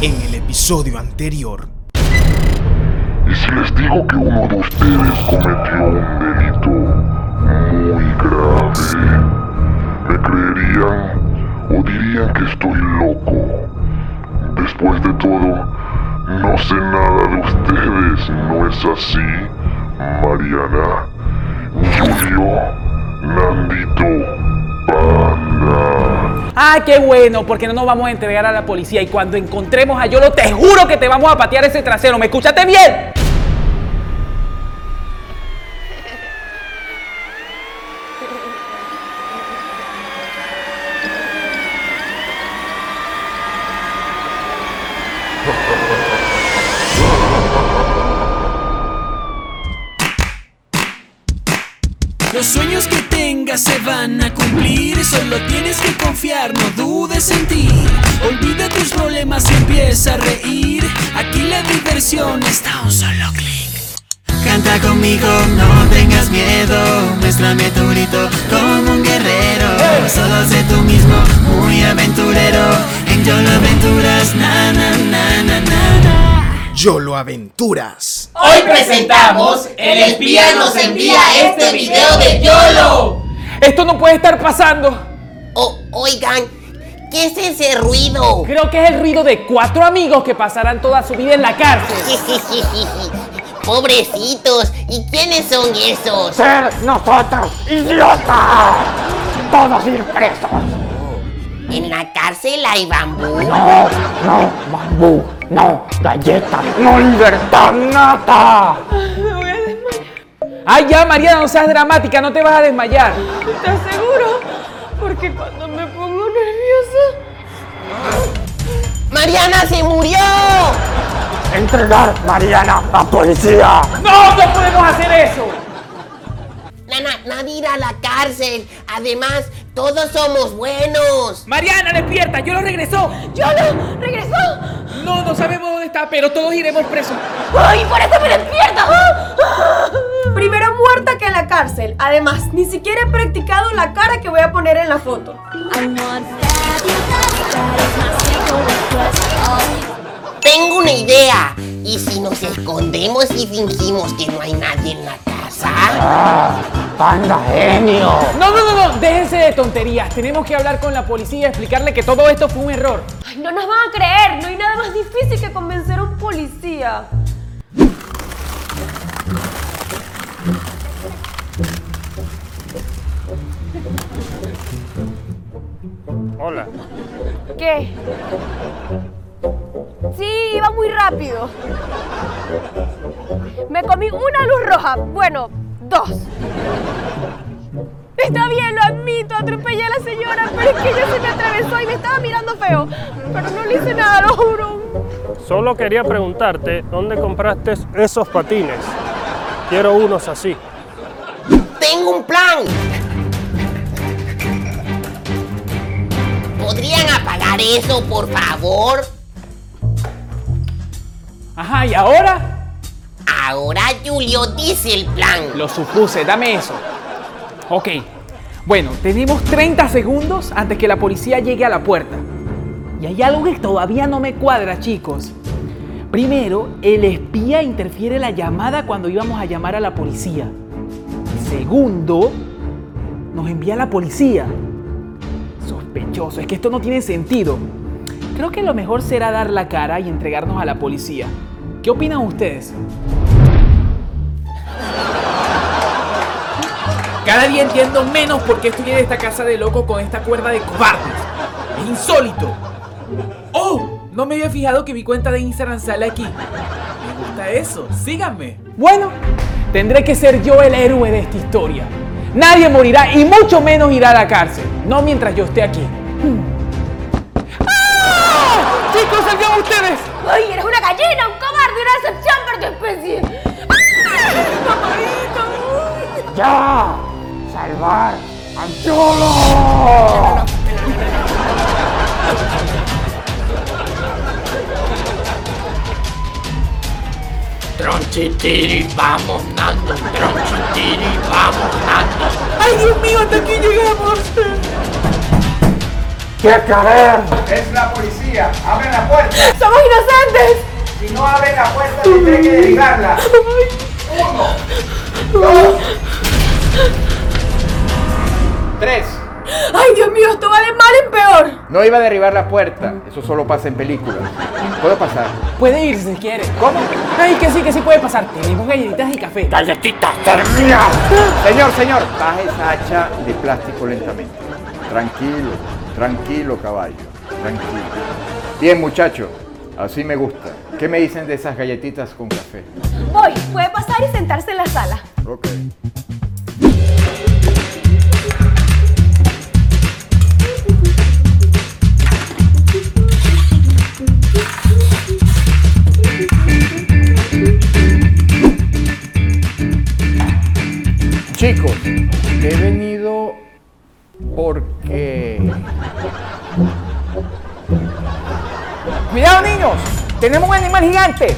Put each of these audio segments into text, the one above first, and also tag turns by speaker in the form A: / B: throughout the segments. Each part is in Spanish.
A: En el episodio anterior,
B: ¿Y si les digo que uno de ustedes cometió un delito muy grave? ¿Me creerían o dirían que estoy loco? Después de todo, no sé nada de ustedes, ¿no es así, Mariana? Julio, Nandito, Panda.
C: Ah, qué bueno, porque no nos vamos a entregar a la policía. Y cuando encontremos a Yolo, te juro que te vamos a patear ese trasero. ¿Me escuchaste bien?
D: Los sueños que tengas se van a cumplir, solo tienes que confiar, no dudes en ti. Olvida tus problemas y empieza a reír, aquí la diversión está a un solo clic. Canta conmigo, no tengas miedo, muéstrame tu grito como un guerrero. Solo sé tú mismo, muy aventurero, en Yolo Aventuras, na na na na na na.
A: Yolo Aventuras.
E: Hoy presentamos El espía nos envía este video de YOLO.
C: Esto no puede estar pasando.
F: O- oigan, ¿qué es ese ruido?
C: Creo que es el ruido de cuatro amigos que pasarán toda su vida en la cárcel.
F: Pobrecitos, ¿y quiénes son esos?
G: nosotros, idiota. Todos ir presos.
F: ¿En la cárcel hay bambú?
G: No, no, bambú, no, galleta, no libertad, nada.
C: Ay, ya, Mariana, no seas dramática, no te vas a desmayar.
H: ¿Estás seguro? Porque cuando me pongo nerviosa...
F: ¡Mariana se murió!
G: Entregar Mariana a policía.
C: ¡No, no podemos hacer eso!
F: Na- na- nadie irá a la cárcel. Además, todos somos buenos.
C: Mariana, despierta, Yolo regresó.
H: ¡Yolo! ¡Regresó!
C: No, no sabemos dónde está, pero todos iremos presos.
H: ¡Ay, por eso me despierto! ¡Ah! ¡Ah! Primero muerta que en la cárcel. Además, ni siquiera he practicado la cara que voy a poner en la foto.
F: Tengo una idea. ¿Y si nos escondemos y fingimos que no hay nadie en la casa?
G: Panda genio.
C: No, no, no, no, déjense de tonterías. Tenemos que hablar con la policía y explicarle que todo esto fue un error.
H: Ay, no nos van a creer. No hay nada más difícil que convencer a un policía.
I: Hola.
H: ¿Qué? Sí, iba muy rápido. Me comí una luz roja. Bueno, dos. Está bien, lo admito, atropellé a la señora, pero es que ella se me atravesó y me estaba mirando feo. Pero no le hice nada, lo juro.
I: Solo quería preguntarte dónde compraste esos patines. Quiero unos así.
F: Tengo un plan. ¿Podrían apagar eso, por favor?
C: Ajá, ¿y ahora?
F: Ahora Julio dice el plan.
C: Lo supuse, dame eso. Ok. Bueno, tenemos 30 segundos antes que la policía llegue a la puerta. Y hay algo que todavía no me cuadra, chicos. Primero, el espía interfiere la llamada cuando íbamos a llamar a la policía. Segundo, nos envía la policía. Sospechoso, es que esto no tiene sentido. Creo que lo mejor será dar la cara y entregarnos a la policía. ¿Qué opinan ustedes? Cada día entiendo menos por qué estoy en esta casa de loco con esta cuerda de cobardes. Es insólito. ¡Oh! No me había fijado que mi cuenta de Instagram sale aquí. Me gusta eso. Síganme. Bueno, tendré que ser yo el héroe de esta historia. Nadie morirá y mucho menos irá a la cárcel. No mientras yo esté aquí. Hmm. ¡Ah! ¡Chicos, salgan ustedes!
H: ¡Ay, eres una gallina, un cobarde, una excepción por tu especie! ¡Ah! ¡Papadito! ¡Uy!
G: Ya. Salvar a Yolo.
E: Tronchitiri, vamos Nando, Tronchitiri, vamos Nando.
C: ¡Ay, Dios mío, hasta aquí llegamos!
G: ¿Qué querer?
J: Es la policía. Abre la puerta.
H: ¡Somos inocentes!
J: Si no abren la puerta, tendré que derribarla. Uno, dos,
K: tres.
H: ¡Ay, Dios mío! ¡Esto vale mal en peor!
K: No iba a derribar la puerta. Eso solo pasa en películas. ¿Puedo pasar?
C: Puede ir si quiere. ¿Cómo? Ay, que sí, que sí puede pasar. Tenemos galletitas y café.
G: ¡Galletitas, termina!
K: Señor, señor, baje esa hacha de plástico lentamente. Tranquilo, tranquilo, caballo. Tranquilo. Bien, muchacho. Así me gusta. ¿Qué me dicen de esas galletitas con café?
H: Voy, puede pasar y sentarse en la sala.
K: Ok. Chicos, he venido porque...
C: ¡Cuidado, niños! ¡Tenemos un animal gigante!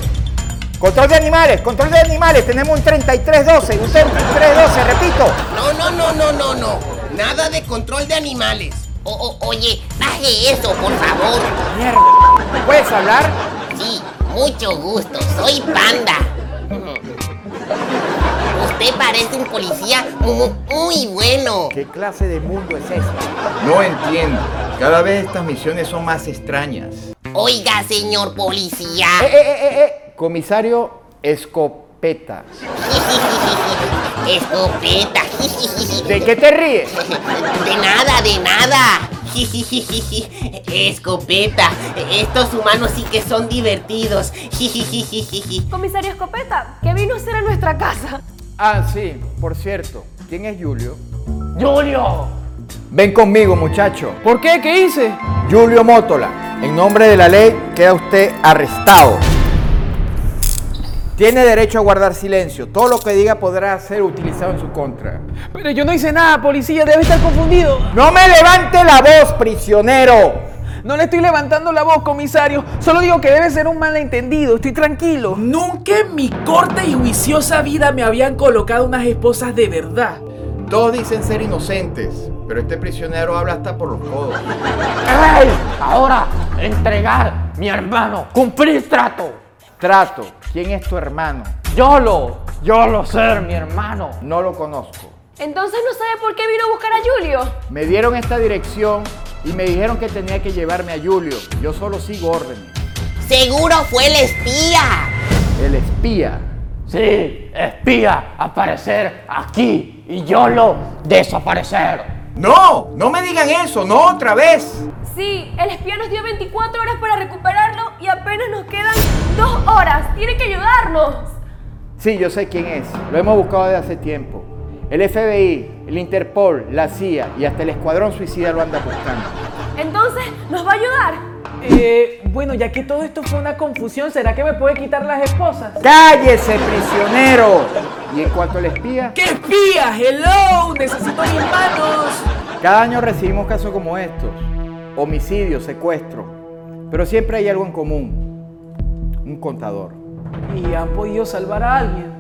K: Control de animales, control de animales, tenemos un 3312, un 3312, repito.
F: No, no, no, no, no, no. Nada de control de animales. O- o- oye, baje eso, por favor.
K: Mierda. ¿Puedes hablar?
F: Sí, mucho gusto. Soy Panda. Usted parece un policía mu- muy bueno.
K: ¿Qué clase de mundo es este? No entiendo. Cada vez estas misiones son más extrañas.
F: Oiga, señor policía.
K: Eh, eh, eh, eh, eh. Comisario Escopeta.
F: Escopeta.
K: ¿De qué te ríes?
F: De nada, de nada. Escopeta. Estos humanos sí que son divertidos.
H: Comisario Escopeta, ¿qué vino a hacer a nuestra casa?
K: Ah, sí, por cierto. ¿Quién es Julio?
C: ¡Julio!
K: Ven conmigo, muchacho.
C: ¿Por qué? ¿Qué hice?
K: Julio Mótola, en nombre de la ley queda usted arrestado. Tiene derecho a guardar silencio. Todo lo que diga podrá ser utilizado en su contra.
C: Pero yo no hice nada, policía. Debe estar confundido.
K: ¡No me levante la voz, prisionero!
C: No le estoy levantando la voz, comisario. Solo digo que debe ser un malentendido. Estoy tranquilo.
L: Nunca en mi corta y juiciosa vida me habían colocado unas esposas de verdad.
K: Todos dicen ser inocentes, pero este prisionero habla hasta por los codos.
G: ¡Ey! Ahora, entregar, mi hermano. Cumplir trato.
K: Trato, ¿quién es tu hermano?
G: Yolo. Yolo ser, mi hermano.
K: No lo conozco.
H: Entonces no sabe por qué vino a buscar a Julio.
K: Me dieron esta dirección y me dijeron que tenía que llevarme a Julio. Yo solo sigo órdenes.
F: Seguro fue el espía.
K: El espía.
G: Sí, espía, aparecer aquí. Y Yolo, desaparecer.
K: No, no me digan eso, no otra vez.
H: Sí, el espía nos dio 24 horas para recuperarlo y apenas nos quedan dos horas. Tiene que ayudarnos.
K: Sí, yo sé quién es. Lo hemos buscado desde hace tiempo. El FBI, el Interpol, la CIA y hasta el Escuadrón Suicida lo anda buscando.
H: Entonces, ¿nos va a ayudar?
C: Eh, bueno, ya que todo esto fue una confusión, ¿será que me puede quitar las esposas?
K: ¡Cállese, prisionero! Y en cuanto al espía,
L: ¡Qué espía! ¡Hello! ¡Necesito mis manos!
K: cada año recibimos casos como estos. Homicidio, secuestro. Pero siempre hay algo en común. Un contador.
C: Y han podido salvar a alguien.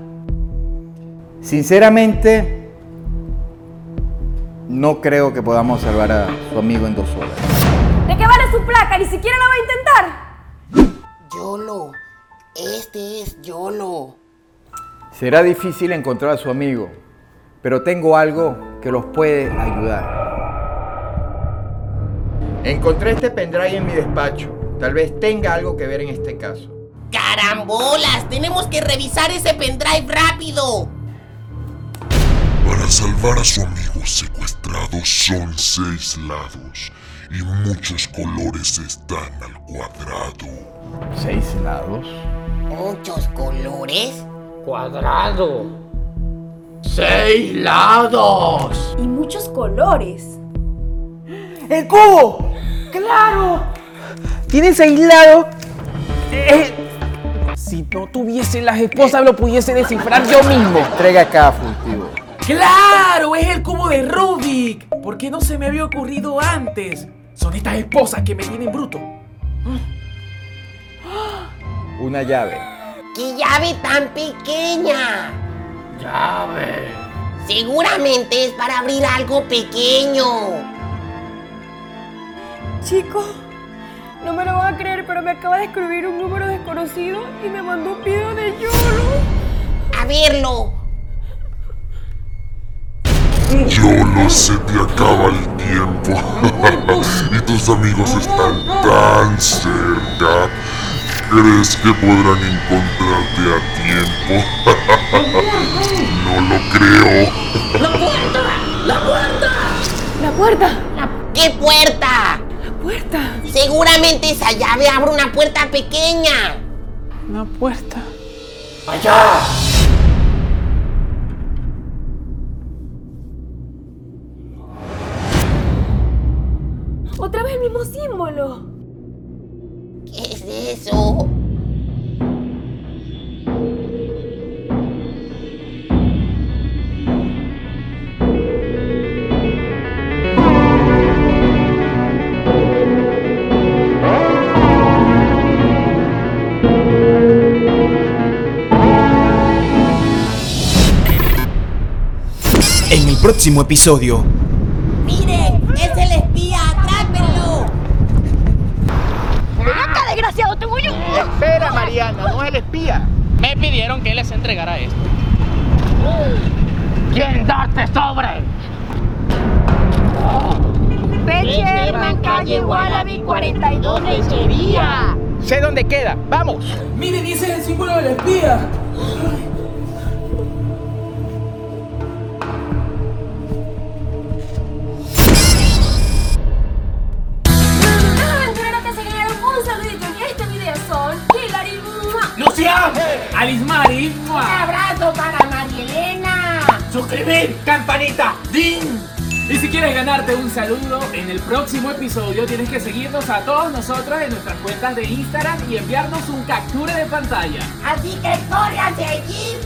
K: Sinceramente, no creo que podamos salvar a su amigo en dos horas.
H: ¿De qué vale su placa? Ni siquiera la va a intentar.
F: Yolo. Este es Yolo.
K: Será difícil encontrar a su amigo, pero tengo algo que los puede ayudar. Encontré este pendrive en mi despacho. Tal vez tenga algo que ver en este caso.
F: ¡Carambolas! ¡Tenemos que revisar ese pendrive rápido!
B: Para salvar a su amigo secuestrado son seis lados y muchos colores están al cuadrado.
K: ¿Seis lados?
F: Muchos colores.
G: Cuadrado. Seis lados.
H: Y muchos colores.
C: ¡El cubo! ¡Claro! Tiene seis lados. Eh, si no tuviese las esposas, lo pudiese descifrar yo mismo.
K: Entrega acá, fugitivo.
L: ¡Claro! ¡Es el cubo de Rubik! ¿Por qué no se me había ocurrido antes? Son estas esposas que me tienen bruto.
K: Una llave.
F: ¡Qué llave tan pequeña!
G: Llave.
F: Seguramente es para abrir algo pequeño.
H: Chicos, no me lo van a creer, pero me acaba de escribir un número desconocido y me mandó un video de Yolo.
F: A verlo.
B: Yolo, se te acaba el tiempo. y tus amigos están tan cerca. ¿Crees que podrán encontrarte a tiempo? no lo creo.
F: ¡La puerta! ¿Qué puerta? La puerta. Seguramente esa llave abre una puerta pequeña.
M: Una puerta.
F: ¡Allá!
H: Otra vez el mismo símbolo.
F: ¿Qué es eso?
A: En el próximo episodio,
N: ¡Miren! ¡Es el espía! ¡Atrápenlo!
H: ¡Mata, desgraciado! ¡Te voy a...
K: Espera, Mariana, no es el espía. Me pidieron que les entregara esto. ¿Quién da este sobre?
H: Sherman, calle Wallaby 42, lechería.
K: Sé dónde queda. ¡Vamos!
C: Miren, ese es el símbolo del espía.
H: Entrenate seguidor, un saludito en este video son Hilary.
C: ¡Lucia! ¡Alice Mari!
F: Un abrazo para Marielena.
C: ¡Suscribir! ¡Campanita! ¡Ding! Y si quieres ganarte un saludo, en el próximo episodio tienes que seguirnos a todos nosotros en nuestras cuentas de Instagram y enviarnos un captura de pantalla.
F: Así que corre a seguir.